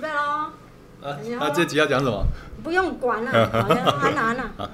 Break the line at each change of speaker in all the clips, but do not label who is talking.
备喽，
啊
你，好
那这集要讲什么？
不用管了，好的，安娜安娜。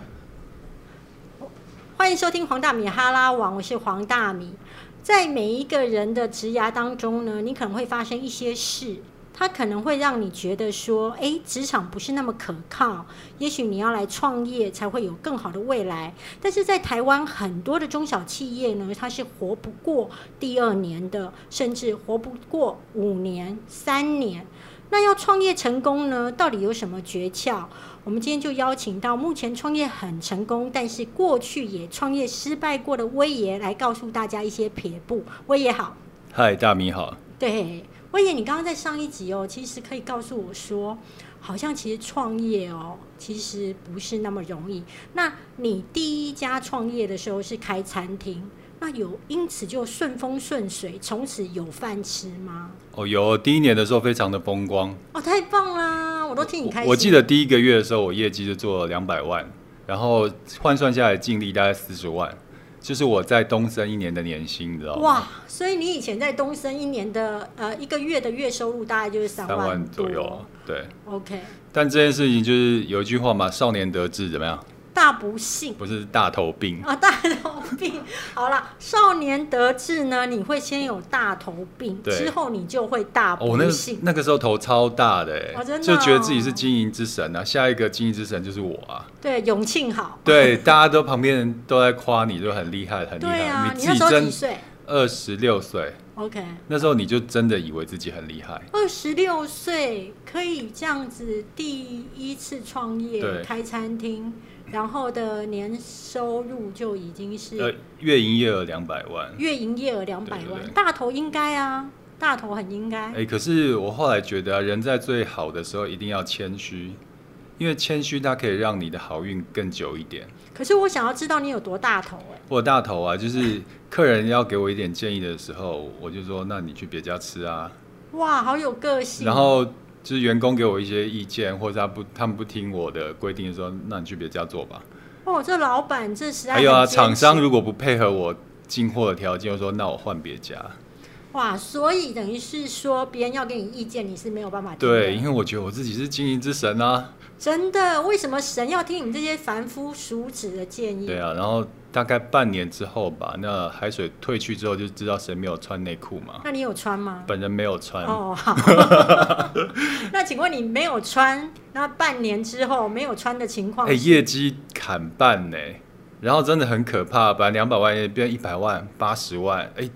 欢迎收听黄大米哈拉网，我是黄大米。在每一个人的职涯当中呢，你可能会发生一些事，它可能会让你觉得说，诶，职场不是那么可靠，也许你要来创业才会有更好的未来。但是在台湾很多的中小企业呢，它是活不过第二年的，甚至活不过五年、三年。那要创业成功呢，到底有什么诀窍？我们今天就邀请到目前创业很成功，但是过去也创业失败过的威爷来告诉大家一些撇步。威爷好，
嗨，大米好。
对，威爷，你刚刚在上一集哦，其实可以告诉我说，好像其实创业哦，其实不是那么容易。那你第一家创业的时候是开餐厅，那有因此就顺风顺水，从此有饭吃吗？
哦，有第一年的时候非常的风光，
哦，太棒啦！我都替你开
我
心。
我记得第一个月的时候，我业绩就做了两百万，然后换算下来净利大概四十万，就是我在东森一年的年薪，你知道吗？
哇，所以你以前在东森一年的呃一个月的月收入大概就是三
三万
多
左右，对。
OK，
但这件事情就是有一句话嘛，少年得志怎么样？
大不幸
不是大头病，
啊，大头 病。好啦，少年得志呢，你会先有大头病，
对
之后你就会大
哦，我
不
那个
幸。
那个时候头超大的、欸，
哦真的
就觉得自己
哦
是经营之神啊，下一个经营之神就是我啊。
对，永庆好。
对，大家都旁边人都在夸你，就很厉害，很厉
对
害。
啊，
你
你
自
那
己
时候
真
几岁
二十六岁，
？OK，
那时候你就真的以为自己很厉害。
二十六岁可以这样子第一次创业
对
开餐厅，然后的年收入就已经是
呃，月营业额两百万。
月营业额两百万，
嗯对对对
大头应该啊，大头很应该。
哎、可是我后来觉得、啊，人在最好的时候一定要谦虚，因为谦虚它可以让你的好运更久一点。
可是我想要知道你有多大头哎、
我大头啊， 就是客人要给我一点建议的时候，我就说：“那你去别家吃啊。”
哇，好有个性。
然后就是员工给我一些意见，或者他不他们不听我的规定，说那你去别家做吧。
哦，这老板这实在
还有啊，
很坚持
厂商如果不配合我进货的条件，我说那我换别家。
啊哇，所以等于是说别人要给你意见，你是没有办法听的
对，因为我觉得我自己是经营之神啊。
真的，为什么神要听你们这些凡夫俗子的建议？
对啊，然后大概半年之后吧，那海水退去之后就知道谁没有穿内裤嘛，
那你有穿吗？
本人没有穿。
嗯哦， 好。那请问你没有穿，那半年之后没有穿的情况
哎、业绩砍半呢、然后真的很可怕，本来两百万也变一百万、八十万，哎、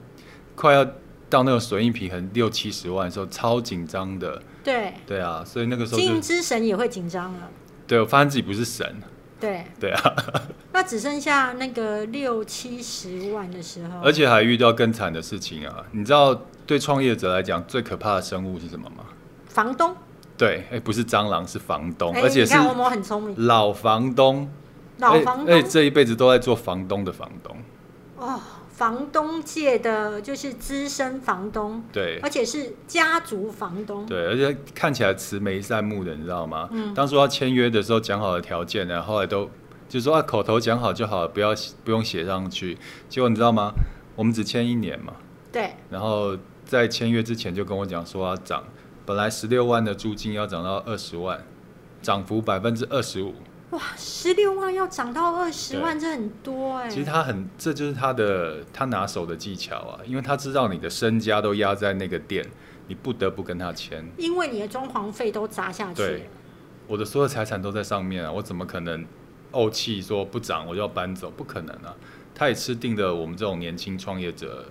快要到那个损益平衡六七十万的时候，超紧张的。
对，
对啊，所以那个时候
经营
就
之神也会紧张啊了。
对我发现自己不是神，
对，
对啊，
那只剩下那个六七十万的时候，
而且还遇到更惨的事情啊！你知道对创业者来讲最可怕的生物是什么吗？
房东，
对，哎、不是蟑螂，是房东，
哎
而且
你
是
看我们很聪明，
老房东，
老房
哎、哎
东
这一辈子都在做房东的房东，
哦，房东界的就是资深房东，
对。
而且是家族房东，
对，而且看起来慈眉善目的，你知道吗？
嗯
当初要签约的时候讲好的条件呢，后来都就说啊，口头讲好就好了，不要不用写上去。结果你知道吗？我们只签一年嘛，
对，
然后在签约之前就跟我讲说要涨，本来十六万的租金要涨到二十万，涨幅百分之二十五。
哇，十六万要涨到二十万，这很多哎、
其实他很，这就是他的他拿手的技巧啊，因为他知道你的身家都压在那个店，你不得不跟他签。
因为你的装潢费都砸下去
对
了，
我的所有财产都在上面啊，我怎么可能怄气说不涨我就要搬走？不可能啊！他也吃定了我们这种年轻创业者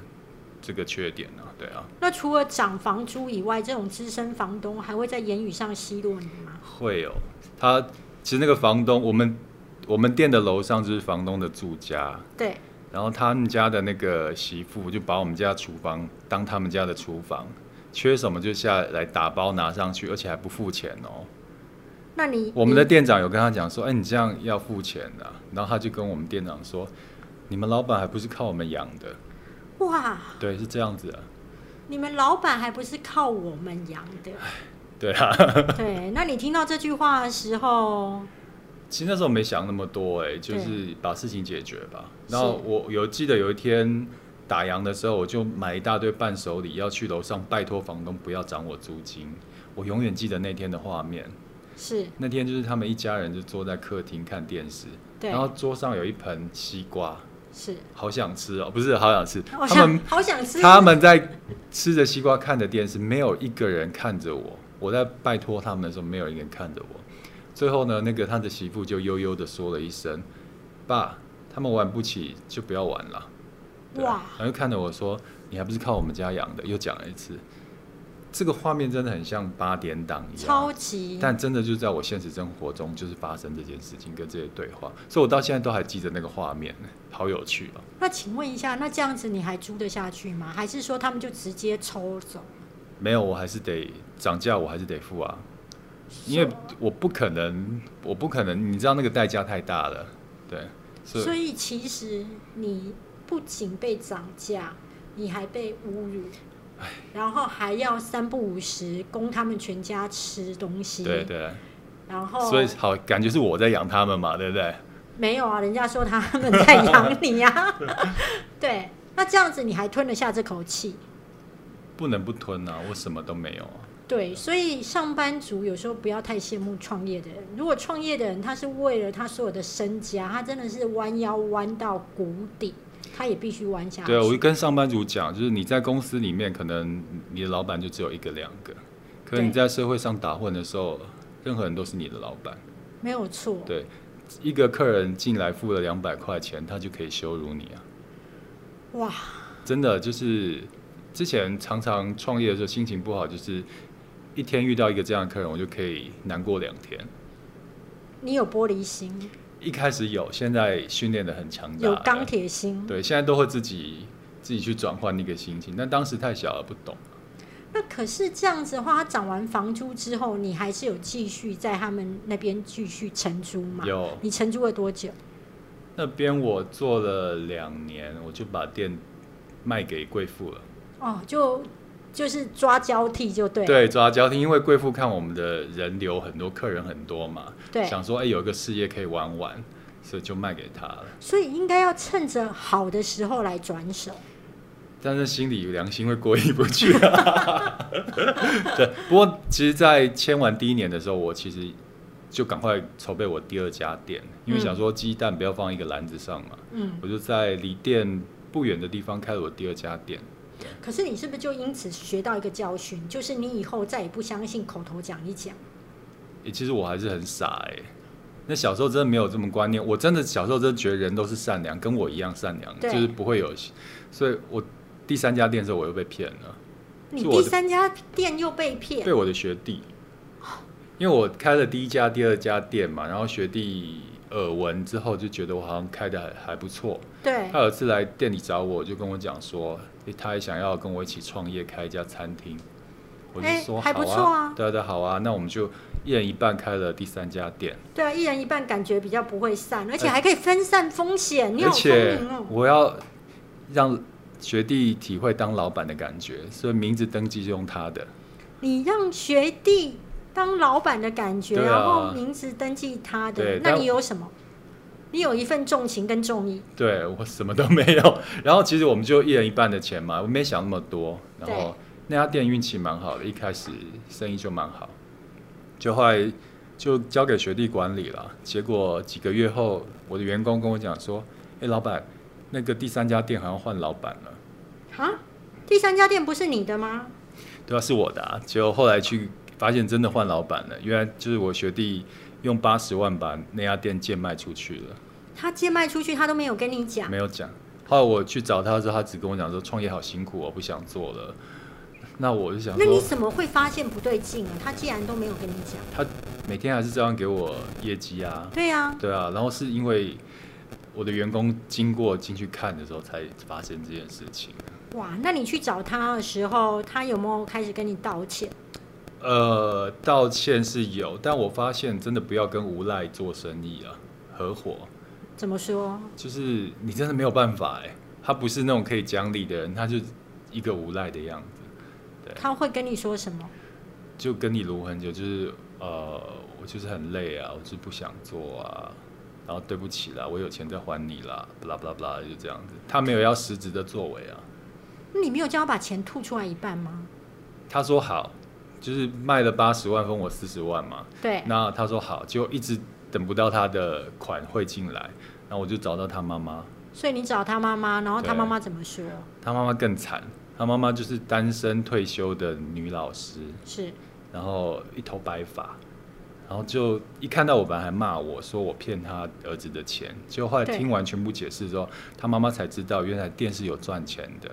这个缺点啊，对啊，
那除了涨房租以外，这种资深房东还会在言语上奚落你吗？
会哦。他其实那个房东，我们我们店的楼上就是房东的住家，
对，
然后他们家的那个媳妇就把我们家厨房当他们家的厨房，缺什么就下来打包拿上去，而且还不付钱哦。
那你
我们的
你
店长有跟他讲说，哎、你这样要付钱的、然后他就跟我们店长说，你们老板还不是靠我们养的，
哇，
对，是这样子啊，
你们老板还不是靠我们养 的？
对啊。
对，那你听到这句话的时候，
其实那时候欸没想那么多、哎，就是把事情解决吧。然后
是
我有记得有一天，打烊的时候，我就买一大堆伴手礼，要去楼上拜托房东不要涨我租金。我永远记得那天的画面。
是
那天就是他们一家人就坐在客厅看电视，
对
然，后桌上有一盆西瓜，
是，
好想吃哦，不是好想吃，
我
他
想
们
好想吃，
他们在吃着西瓜看着电视，没有一个人看着我。我在拜托他们的时候，没有一个人看着我。最后呢，那个他的媳妇就悠悠的说了一声：“爸，他们玩不起，就不要玩了。”对
哇
啊，然后就看着我说：“你还不是靠我们家养的？”又讲了一次，这个画面真的很像八点档一样
超。级，
但真的就在我现实生活中，就是发生这件事情跟这些对话，所以我到现在都还记得那个画面，好有趣啊！
那请问一下，那这样子你还租得下去吗？还是说他们就直接抽走？
没有，我还是得涨价，我还是得付啊，因为我不可能，我不可能，你知道那个代价太大了，对，所以
所以其实你不仅被涨价，你还被侮辱，然后还要三不五时供他们全家吃东西，
对对，
然后
所以好，感觉是我在养他们嘛，对不对？
没有啊，人家说他们在养你啊， 对，那这样子你还吞得下这口气？
不能不吞啊，我什么都没有啊，
对，所以上班族有时候不要太羡慕创业的人。如果创业的人他是为了他所有的身家，他真的是弯腰弯到谷底，他也必须弯下去。
对啊，我就跟上班族讲，就是你在公司里面，可能你的老板就只有一个两个，可是你
对
在社会上打混的时候，任何人都是你的老板，
没有错。
对，一个客人进来付了两百块钱，他就可以羞辱你啊。
哇，
真的就是之前常常创业的时候心情不好，就是一天遇到一个这样的客人，我就可以难过两天。
你有玻璃心，
一开始有，现在训练的很强大，
有钢铁心。
对，啊现在都会自己自己去转换那个心情，但当时太小了，不懂。
那可是这样子的话，他涨完房租之后，你还是有继续在他们那边继续承租嘛？
有
你承租了多久？
那边我做了两年，我就把店卖给贵妇了。
哦，就就是抓交替就对了。
对，抓交替，因为贵妇看我们的人流很多，客人很多嘛，
对
想说哎、有一个事业可以玩玩，所以就卖给她了。
所以应该要趁着好的时候来转手。
但是心里良心会过意不去、啊。 对，不过其实，在签完第一年的时候，我其实就赶快筹备我第二家店，因为想说鸡蛋不要放一个篮子上嘛，
嗯。
我就在离店不远的地方开了我第二家店。
可是你是不是就因此学到一个教训，就是你以后再也不相信口头讲一讲？
诶其实我还是很傻哎、那小时候真的没有这么观念，我真的小时候真的觉得人都是善良，跟我一样善良，
对
就是不会有，所以我第三家店的时候我又被骗了。
你
是我
第
的
三家店又被骗
对，我的学弟，因为我开了第一家、第二家店嘛，然后学弟耳闻之后就觉得我好像开的还还不错。
对
他，有一次来店里找我，就跟我讲说，诶他也想要跟我一起创业开一家餐厅。我就
诶
说、
还不
好
错
啊
啊，
对啊对啊，好啊，那我们就一人一半开了第三家店，
对啊，一人一半，感觉比较不会散，而且还可以分散风险。你
哎而
好聪
且
明哦！
我要让学弟体会当老板的感觉，所以名字登记就用他的。
你让学弟当老板的感觉，
对啊
然后名字登记他
对
的，那
但
你有什么？你有一份重情跟重义，
对我什么都没有。 然后其实我们就一人一半的钱嘛，我没想那么多。然后那家店运气蛮好的，一开始生意就蛮好，就后来就交给学弟管理了。结果几个月后，我的员工跟我讲说：“哎，老板，那个第三家店好像换老板了。”
啊？第三家店不是你的吗？
对啊，是我的、啊。结果后来去发现真的换老板了，原来就是我学弟用八十万把那家店贱卖出去了。
他贱卖出去，他都没有跟你讲。
没有讲。后来我去找他的时候，他只跟我讲说创业好辛苦哦，我不想做了。那我就想
那你
说，
怎么会发现不对劲呢？他既然都没有跟你讲，
他每天还是照样给我业绩啊，
对啊，
对啊。然后是因为我的员工经过进去看的时候，才发生这件事情。
哇，那你去找他的时候，他有没有开始跟你道歉？
呃，道歉是有，但我发现真的不要跟无赖做生意啊，合伙
怎么说？
就是你真的没有办法哎、他不是那种可以讲理的人，他就一个无赖的样子。
他会跟你说什么？
就跟你撸很久，就是呃，我就是很累啊，我就是不想做啊，然后对不起啦，我有钱再还你啦，不啦不啦不啦，就这样子。他没有要实质的作为啊。
你没有叫我把钱吐出来一半吗？
他说好，就是卖了八十万分我四十万嘛。
对，
那他说好，结果一直等不到他的款汇进来，然后我就找到他妈妈，
所以你找他妈妈，然后他
对
妈妈怎么说？
他妈妈更惨，他妈妈就是单身退休的女老师，
是
然后一头白发，然后就一看到我本来还骂我说我骗他儿子的钱，结果后来
对
听完全部解释之后，他妈妈才知道原来店是有赚钱的，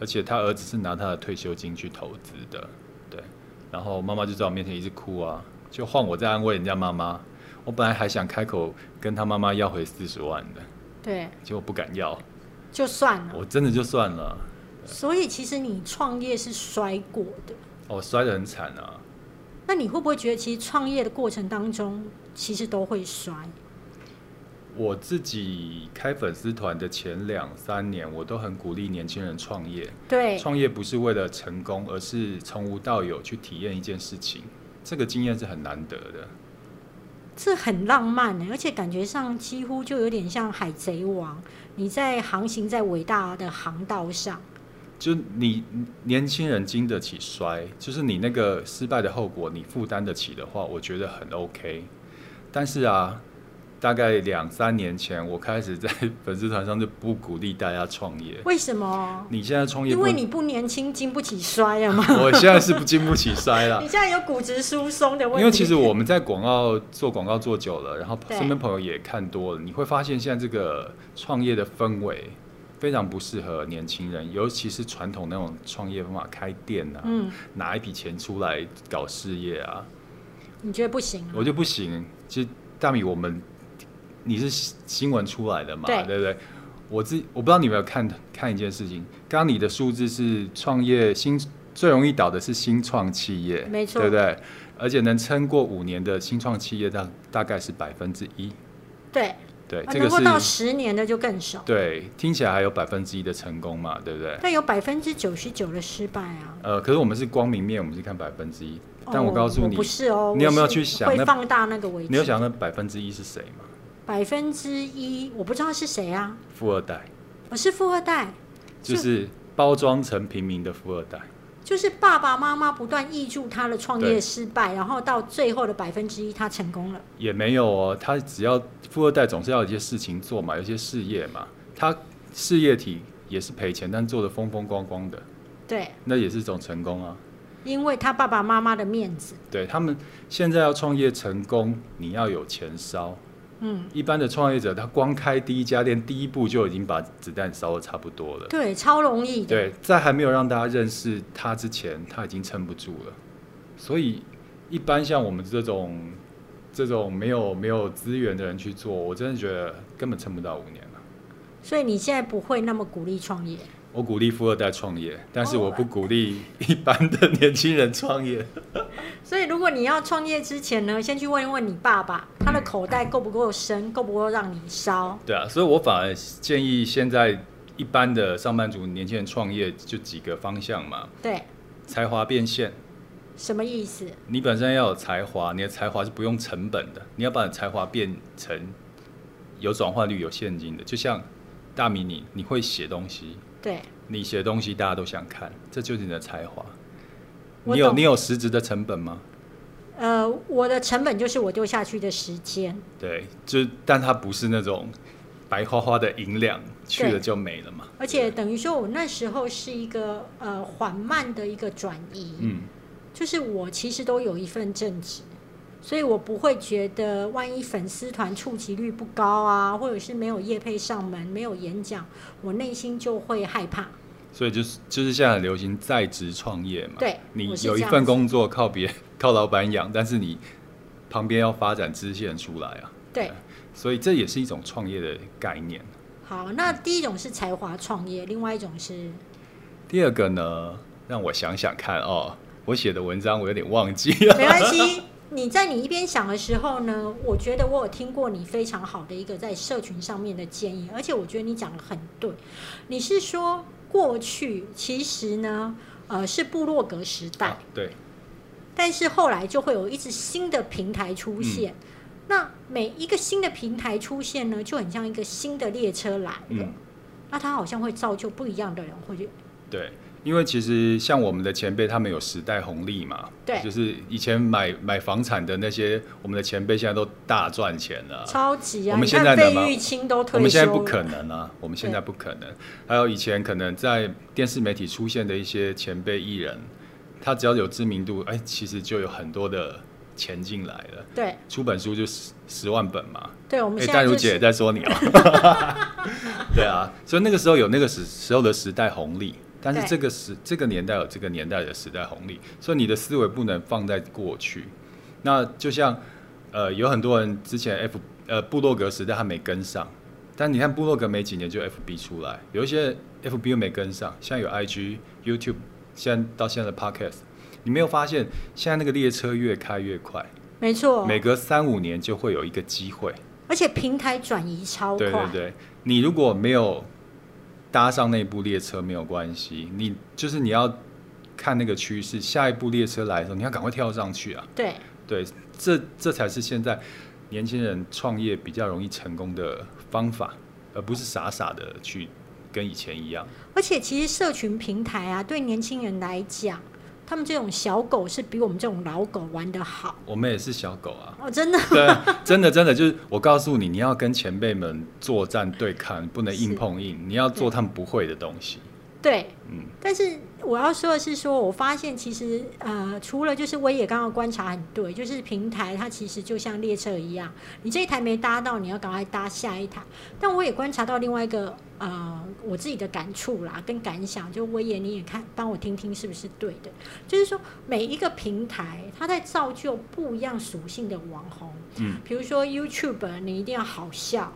而且他儿子是拿他的退休金去投资的，对，然后妈妈就在我面前一直哭啊，就换我在安慰人家妈妈，我本来还想开口跟他妈妈要回四十万的，
对，
结果不敢要，
就算了。
我真的就算了，
所以其实你创业是摔过的，
我哦摔得很惨啊，
那你会不会觉得其实创业的过程当中，其实都会摔？
我自己开粉丝团的前两三年，我都很鼓励年轻人创业。
对，
创业不是为了成功，而是从无到有去体验一件事情，这个经验是很难得的。
这很浪漫呢，欸而且感觉上几乎就有点像海贼王，你在航行在伟大的航道上。
就你年轻人经得起摔，就是你那个失败的后果，你负担得起的话，我觉得很 OK。但是啊，大概两三年前，我开始在粉丝团上就不鼓励大家创业。
为什么？
你现在创业
因
不，
为你不年轻，经不起摔 了嘛。
我现在是不经 不起摔啦
你。现在有骨质疏松的问题。
因为其实我们在广告做广告做久了，然后
对
身边朋友也看多了，你会发现现在这个创业的氛围非常不适合年轻人，尤其是传统那种创业方法，开店啊，
嗯，
拿一笔钱出来搞事业啊，
你觉得不行啊？
我就不行。其实大米，我们你是新新闻出来的嘛，
对
对不对？我自我不知道你有没有看看一件事情，刚刚你的数字是创业新最容易倒的是新创企业，
没错
对不对？而且能撑过五年的新创企业大大概是百分之一，
对，
对，
啊
这
能够到
个是
十年的就更少。
对，听起来还有百分之一的成功嘛，对不对？
但有百分之九十九的失败啊。
呃，可是我们是光明面，我们是看百分之一，但我
哦
告诉
我
你
不，是哦，
你有没有
我是
去想
会
那
放大那个危机？
你有想到百分之一是谁吗？
百分之一，我不知道是谁啊，
富二代。
我是富二代，
就是包装成平民的富二代。
就是爸爸妈妈不断挹注他的创业
对
失败，然后到最后的百分之一，他成功了。
也没有哦，他只要富二代总是要有一些事情做嘛，有一些事业嘛，他事业体也是赔钱，但做的风风光光的，
对，
那也是一种成功啊。
因为他爸爸妈妈的面子，
对他们现在要创业成功，你要有钱烧。
嗯，
一般的创业者，他光开第一家店，第一步就已经把子弹烧的差不多了。
对，超容易的。
对，在还没有让大家认识他之前，他已经撑不住了。所以，一般像我们这种这种没有没有资源的人去做，我真的觉得根本撑不到五年啊了。
所以你现在不会那么鼓励创业。
我鼓励富二代创业，但是我不鼓励一般的年轻人创业。
所以如果你要创业之前呢，先去问一问你爸爸，他的口袋够不够深，够不够让你烧？
对啊，所以我反而建议现在一般的上班族年轻人创业就几个方向嘛：
对，
才华变现，
什么意思？
你本身要有才华，你的才华是不用成本的，你要把你的才华变成有转换率、有现金的。就像大米你，你会写东西，
对，
你写东西大家都想看，这就是你的才华。
我
你有
懂
你有实质的成本吗？
呃，我的成本就是我丢下去的时间。
对，就但它不是那种白花花的银两，去
对
了就没了嘛。
而且等于说，我那时候是一个呃缓慢的一个转移，
嗯，
就是我其实都有一份正职，所以我不会觉得万一粉丝团触及率不高啊，或者是没有业配上门、没有演讲，我内心就会害怕。
所以就是就是现在很流行在职创业嘛，
对
你
我是
有一
这样
份
子
工作靠别 靠老板养，但是你旁边要发展支线出来啊。
对，
所以这也是一种创业的概念。
好，那第一种是才华创业，另外一种是
第二个呢，让我想想看哦，我写的文章我有点忘记了。
没关系。你在你一边想的时候呢，我觉得我有听过你非常好的一个在社群上面的建议，而且我觉得你讲的很对。你是说过去其实呢，呃，是部落格时代，
啊对，嗯
但是后来就会有一直新的平台出现。那每一个新的平台出现呢，就很像一个新的列车来了，
嗯，
那它好像会造就不一样的人会去
对，因为其实像我们的前辈，他们有时代红利嘛，
对
就是以前买买房产的那些我们的前辈，现在都大赚钱了。
超级啊！
呃我们
你
现
看
在
费
能吗
玉清都退休
我
了，
们现在不可能啊！我们现在不可能。还有以前可能在电视媒体出现的一些前辈艺人，他只要有知名度，哎，其实就有很多的钱进来了。
对
出本书就十十万本嘛，
对，我们
哎，
现在
淡
就
如
是
姐也在说你哦。 对啊，所以那个时候有那个时时候的时代红利，但是
对
这个时这个年代有这个年代的时代红利，所以你的思维不能放在过去。那就像呃，有很多人之前 F 呃部落格时代他没跟上，但你看部落格没几年就 FB 出来，有一些 FB 又没跟上，现在有 IG、YouTube，现在到现在的 Podcast，你没有发现现在那个列车越开越快，
没错，
每隔三五年就会有一个机会。
而且平台转移超快，
对对对，你如果没有搭上那部列车没有关系，你就是你要看那个趋势，下一部列车来的时候，你要赶快跳上去啊！
对
对，这这才是现在年轻人创业比较容易成功的方法，而不是傻傻的去跟以前一样。
而且其实社群平台啊，对年轻人来讲，他们这种小狗是比我们这种老狗玩得好
我们也是小狗 啊。
哦，真的。
对，真的真的就是我告诉你，你要跟前辈们作战对抗，不能硬
是
碰硬，你要做他们不会的东西。
对，
嗯，
但是我要说的是说，我发现其实呃，除了就是我也刚刚观察很对，就是平台它其实就像列车一样，你这一台没搭到，你要赶快搭下一台。但我也观察到另外一个呃，我自己的感触啦，跟感想，就威爷你也看，帮我听听是不是对的。就是说每一个平台，它在造就不一样属性的网红。
嗯，
比如说 YouTube，你一定要好笑、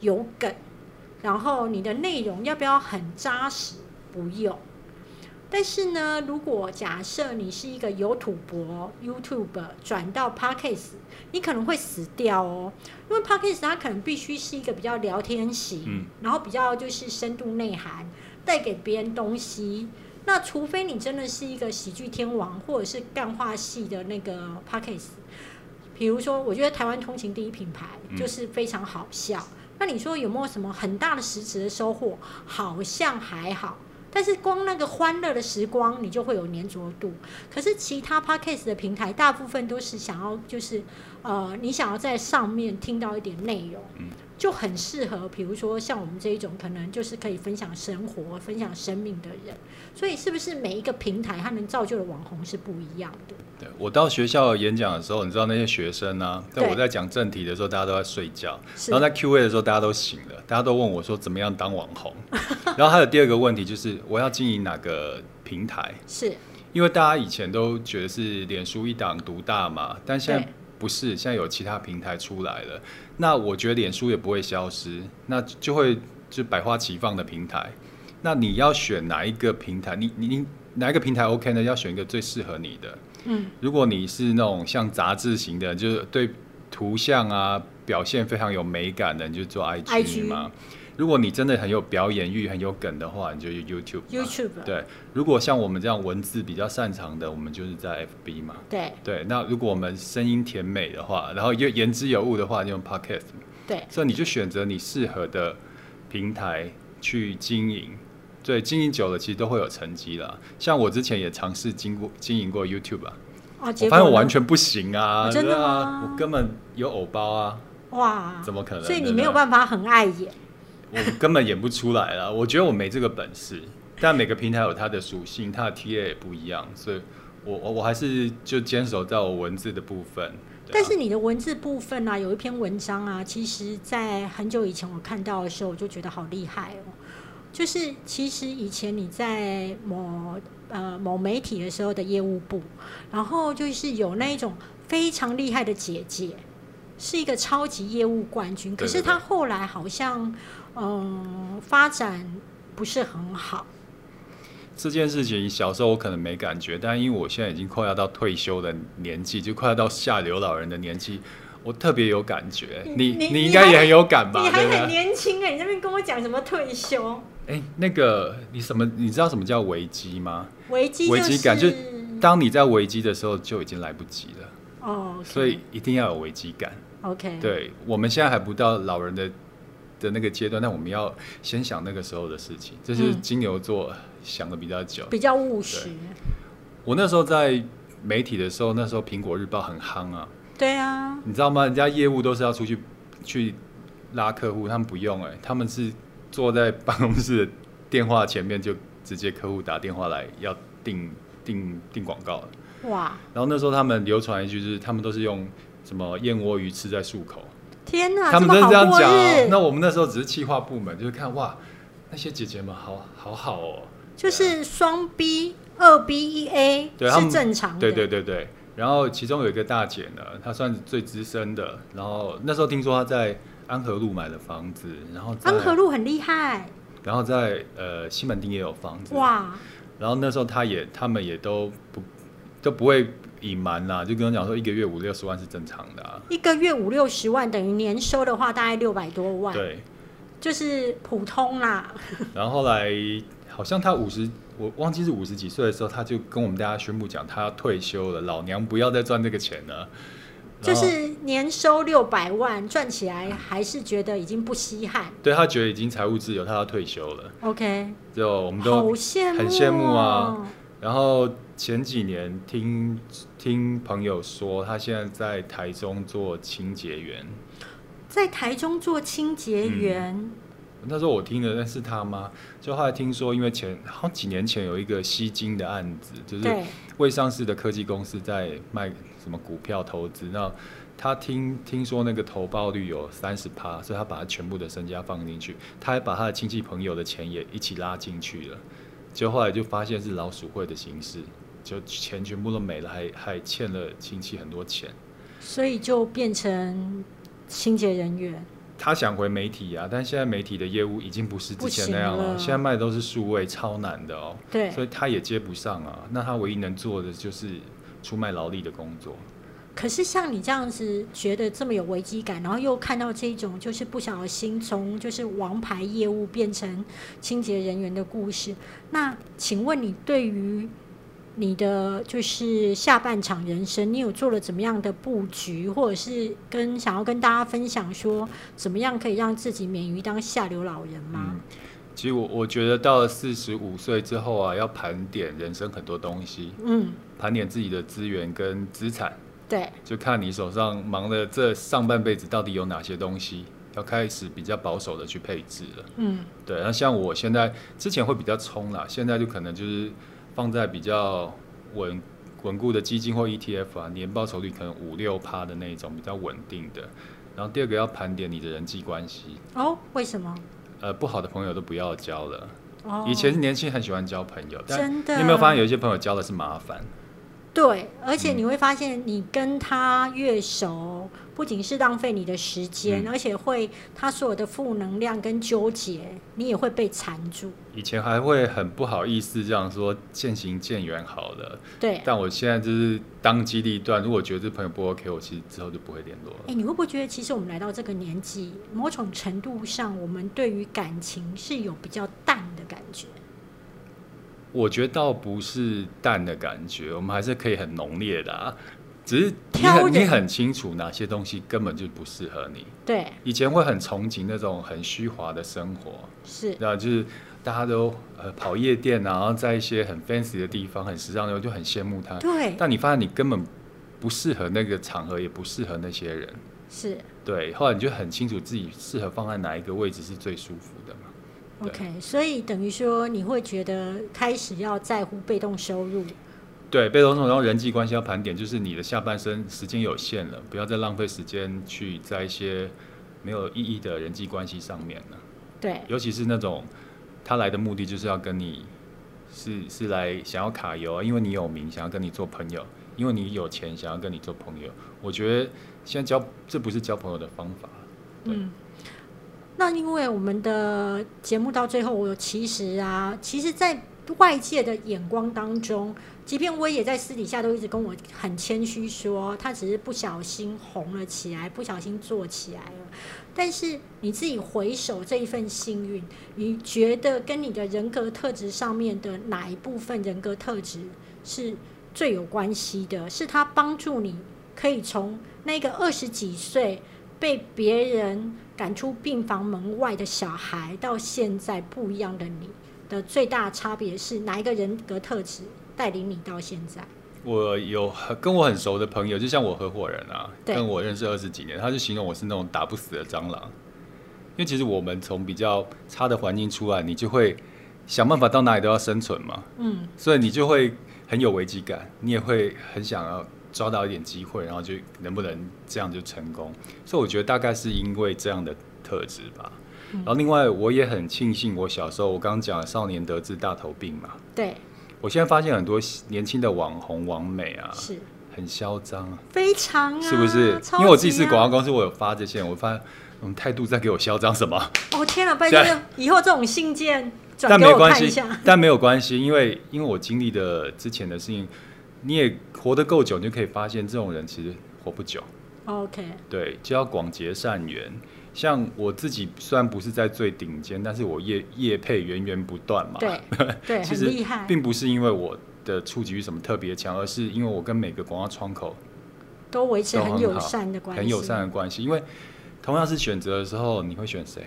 有梗，然后你的内容要不要很扎实？不用。但是呢，如果假设你是一个有土博 YouTube 转到 Podcast，你可能会死掉哦，因为 Podcast 它可能必须是一个比较聊天型，
嗯
然后比较就是深度内涵，带给别人东西。那除非你真的是一个喜剧天王，或者是干话系的那个 Podcast，比如说，我觉得台湾通勤第一品牌
嗯
就是非常好笑。那你说有没有什么很大的实质的收获？好像还好，但是光那个欢乐的时光，你就会有粘着度。可是其他 podcast 的平台，大部分都是想要就是呃，你想要在上面听到一点内容，
嗯
就很适合，比如说像我们这一种，可能就是可以分享生活、分享生命的人。所以是不是每一个平台它能造就的网红是不一样的？
对我到学校演讲的时候，你知道那些学生啊，但
对
我在讲正题的时候，大家都在睡觉，
是
然后在 Q A 的时候，大家都醒了，大家都问我说怎么样当网红。 然后还有第二个问题就是我要经营哪个啊平台，
是，
因为大家以前都觉得是脸书一党独大嘛，但现在
对
不是，现在有其他平台出来了。那我觉得脸书也不会消失，那就会就百花齐放的平台。那你要选哪一个平台？你你你哪一个平台 OK 呢？要选一个最适合你的。
嗯，
如果你是那种像杂志型的，就是对图像啊表现非常有美感的，你就做
IG
IG 嘛。如果你真的很有表演欲、很有梗的话，你就 YouTube 嘛。
YouTube
对，如果像我们这样文字比较擅长的，我们就是在 FB 嘛。
对
对，那如果我们声音甜美的话，然后又言之有物的话，就用 Podcast。
对
所以你就选择你适合的平台去经营。对，经营久了其实都会有成绩啦。像我之前也尝试经过经营过 YouTube 啊，
啊，结
我
果
发现我
呢
完全不行啊，
啊真的
对啊
吗
我根本有偶包啊，
哇，
怎么可能
所以你
对不
没有
对
办法很爱演，
我根本演不出来啦。我觉得我没这个本事，但每个平台有它的属性，它的 TA 也不一样，所以我我我还是就坚守在我文字的部分。对啊
但是你的文字部分啊，有一篇文章啊，其实在很久以前我看到的时候，我就觉得好厉害哦。就是其实以前你在某呃某媒体的时候的业务部，然后就是有那一种非常厉害的姐姐，是一个超级业务冠军，可
对对
是
对
她后来好像嗯、呃发展不是很好。
这件事情小时候我可能没感觉，但因为我现在已经快要到退休的年纪，就快要到下流老人的年纪，我特别有感觉。
嗯你
你
你
应该也很啊有感吧？
你还
对不
很
对？
年轻哎、你在那边跟我讲什么退休？
哎，那个你什么？你知道什么叫危机吗？
危机、就是、
危机感就
嗯
当你在危机的时候就已经来不及了，
哦，
所以一定要有危机感。
哦 OK，，
对，我们现在还不到老人的的那个阶段，但我们要先想那个时候的事情。这是
嗯
金牛座想的比较久。
比较务实。
我那时候在媒体的时候，那时候苹果日报很夯啊，
对啊，
你知道吗？人家业务都是要出去去拉客户，他们不用哎、他们是坐在办公室的电话前面就直接客户打电话来要订订订广告了。
哇，
然后那时候他们流传一句，就是他们都是用什么燕窝鱼吃在漱口，
天哪，
他们
这
真的
么
这样
好过
讲、哦
日。
那我们那时候只是企划部门，就是看哇，那些姐姐们好好好哦，
就是双 B、二 B、一 A
对他
是
们
正常的。
对对对对。然后其中有一个大姐呢，她算是最资深的。然后那时候听说她在安和路买了房子，然后在
安和路很厉害，
然后在呃西门町也有房子。！
哇，
然后那时候她也他们也都不都不会隐瞒啦，就跟我讲说一个月五六十万是正常的、啊。
一个月五六十万，等于年收的话大概六百多万，
对。
就是普通啦。
然后后来好像她五十，我忘记是五十几岁的时候，她就跟我们大家宣布讲，她要退休了，老娘不要再赚这个钱了。
就
然后
是年收六百万，赚起来还是觉得已经不稀罕。
对她觉得已经财务自由，她要退休了。
OK，
就我们
好
都
羡慕、哦，
很羡慕啊。然后前几年听听朋友说，他现在在台中做清洁员。
在台中做清洁员，
那时候我听的那是他吗？就后来听说，因为前好几年前有一个吸金的案子，嗯就是
对，
未上市的科技公司在卖什么股票投资，那他听听说那个投报率有三十趴，所以他把他全部的身家放进去，他还把他的亲戚朋友的钱也一起拉进去了，就后来就发现是老鼠会的形式，就钱全部都没了，还还欠了亲戚很多钱。
所以就变成清洁人员。
他想回媒体啊，但现在媒体的业务已经不是之前那样
不行了
现在卖的都是数位，超难的哦，
对，
所以他也接不上啊。那他唯一能做的就是出卖劳力的工作。
可是像你这样子觉得这么有危机感，然后又看到这种就是不小心从就是王牌业务变成清洁人员的故事，那请问你对于你的就是下半场人生，你有做了怎么样的布局，或者是跟想要跟大家分享说，怎么样可以让自己免于当下流老人吗
嗯？，其实我我觉得到了四十五岁之后啊，要盘点人生很多东西，
嗯，
盘点自己的资源跟资产，
对，
就看你手上忙的这上半辈子到底有哪些东西，要开始比较保守的去配置了。
嗯，
对，那像我现在之前会比较冲啦，现在就可能就是放在比较稳稳固的基金或 ETF 啊，年报酬率可能五六趴的那种比较稳定的。然后第二个要盘点你的人际关系，
哦，为什么？
呃，不好的朋友都不要交了。
哦，
以前年轻很喜欢交朋友，但
真
你
的
有没有发现有一些朋友交的是麻烦？
对，而且
嗯
你会发现，你跟他越熟，不仅是浪费你的时间，
嗯
而且会他所有的负能量跟纠结，你也会被缠住。
以前还会很不好意思这样说，渐行渐远好了。
对，哎、
但我现在就是当机立断，如果觉得这朋友不 OK，我其实之后就不会联络了。
哎你会不会觉得，其实我们来到这个年纪，某种程度上，我们对于感情是有比较淡的感觉？
我觉得倒不是淡的感觉，我们还是可以很浓烈的啊。只是你
挑
很
人
你很清楚哪些东西根本就不适合你。
对，
以前会很憧憬那种很虚华的生活，
是，
那就是大家都呃跑夜店啊，然后在一些很 fancy 的地方、很时尚的地方，就很羡慕他。
对，
嗯但你发现你根本不适合那个场合，也不适合那些人。
是。
对，后来你就很清楚自己适合放在哪一个位置是最舒服的嘛。对
OK，所以等于说，你会觉得开始要在乎被动收入，
对，被动收入，然后人际关系要盘点，就是你的下半生时间有限了，不要再浪费时间去在一些没有意义的人际关系上面了。
对，
尤其是那种他来的目的就是要跟你是是来想要卡油啊，因为你有名想要跟你做朋友，因为你有钱想要跟你做朋友。我觉得现在交这不是交朋友的方法。对
嗯，那因为我们的节目到最后，我有其实啊，其实，在外界的眼光当中，即便我也在私底下都一直跟我很谦虚说，他只是不小心红了起来，不小心做起来了。但是你自己回首这一份幸运，你觉得跟你的人格特质上面的哪一部分人格特质是最有关系的？是他帮助你可以从那个二十几岁被别人赶出病房门外的小孩，到现在不一样的你的最大差别是哪一个人格特质带领你到现在？
我有很跟我很熟的朋友，就像我合伙人啊，
对
跟我认识二十几年，他就形容我是那种打不死的蟑螂。因为其实我们从比较差的环境出来，你就会想办法到哪里都要生存嘛，
嗯，
所以你就会很有危机感，你也会很想要抓到一点机会，然后就能不能这样就成功。所以我觉得大概是因为这样的特质吧。
嗯
然后另外我也很庆幸，我小时候我刚刚讲的少年得志大头病嘛，
对，
我现在发现很多年轻的网红、网美啊，
是
很嚣张啊，
非常啊，
是不是？
超级啊
因为我自己是广告公司，我有发这些，我发现我们态度在给我嚣张什么？
哦天啊，拜托
对，
以后这种信件转
但
给
没
我
关
看一
系
下。，
但没有关系，因为因为我经历的之前的事情，你也活得够久，你就可以发现这种人其实活不久。
OK，
对，就要广结善缘。像我自己虽然不是在最顶尖，但是我业业配源源不断嘛。
对哎对，
其
很
实
厉害，
并不是因为我的触及率什么特别强，而是因为我跟每个广告窗口
都维持
都很
很
好
友善的关系，
很友善的关系。因为同样是选择的时候，你会选谁？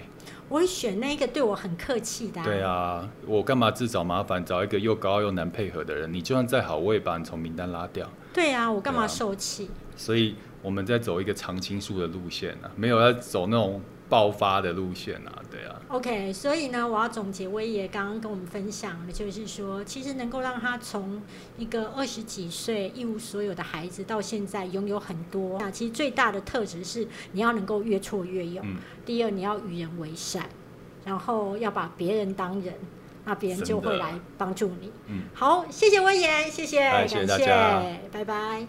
我会选那一个对我很客气的、
对，啊，我干嘛自找麻烦，找一个又高又难配合的人？你就算再好，我也把你从名单拉掉。
对啊，我干
对
嘛
啊
受气？
所以我们在走一个常青树的路线啊，没有要走那种爆发的路线啊。对啊，
OK，所以呢，我要总结威爷刚刚跟我们分享的，就是说，其实能够让他从一个二十几岁一无所有的孩子，到现在拥有很多，那其实最大的特质是你要能够越挫越勇。
嗯，
第二，你要与人为善，然后要把别人当人，那别人就会
真的
来帮助你。
嗯，
好，谢谢威爷，谢谢，
哎
感
谢谢大家
拜拜。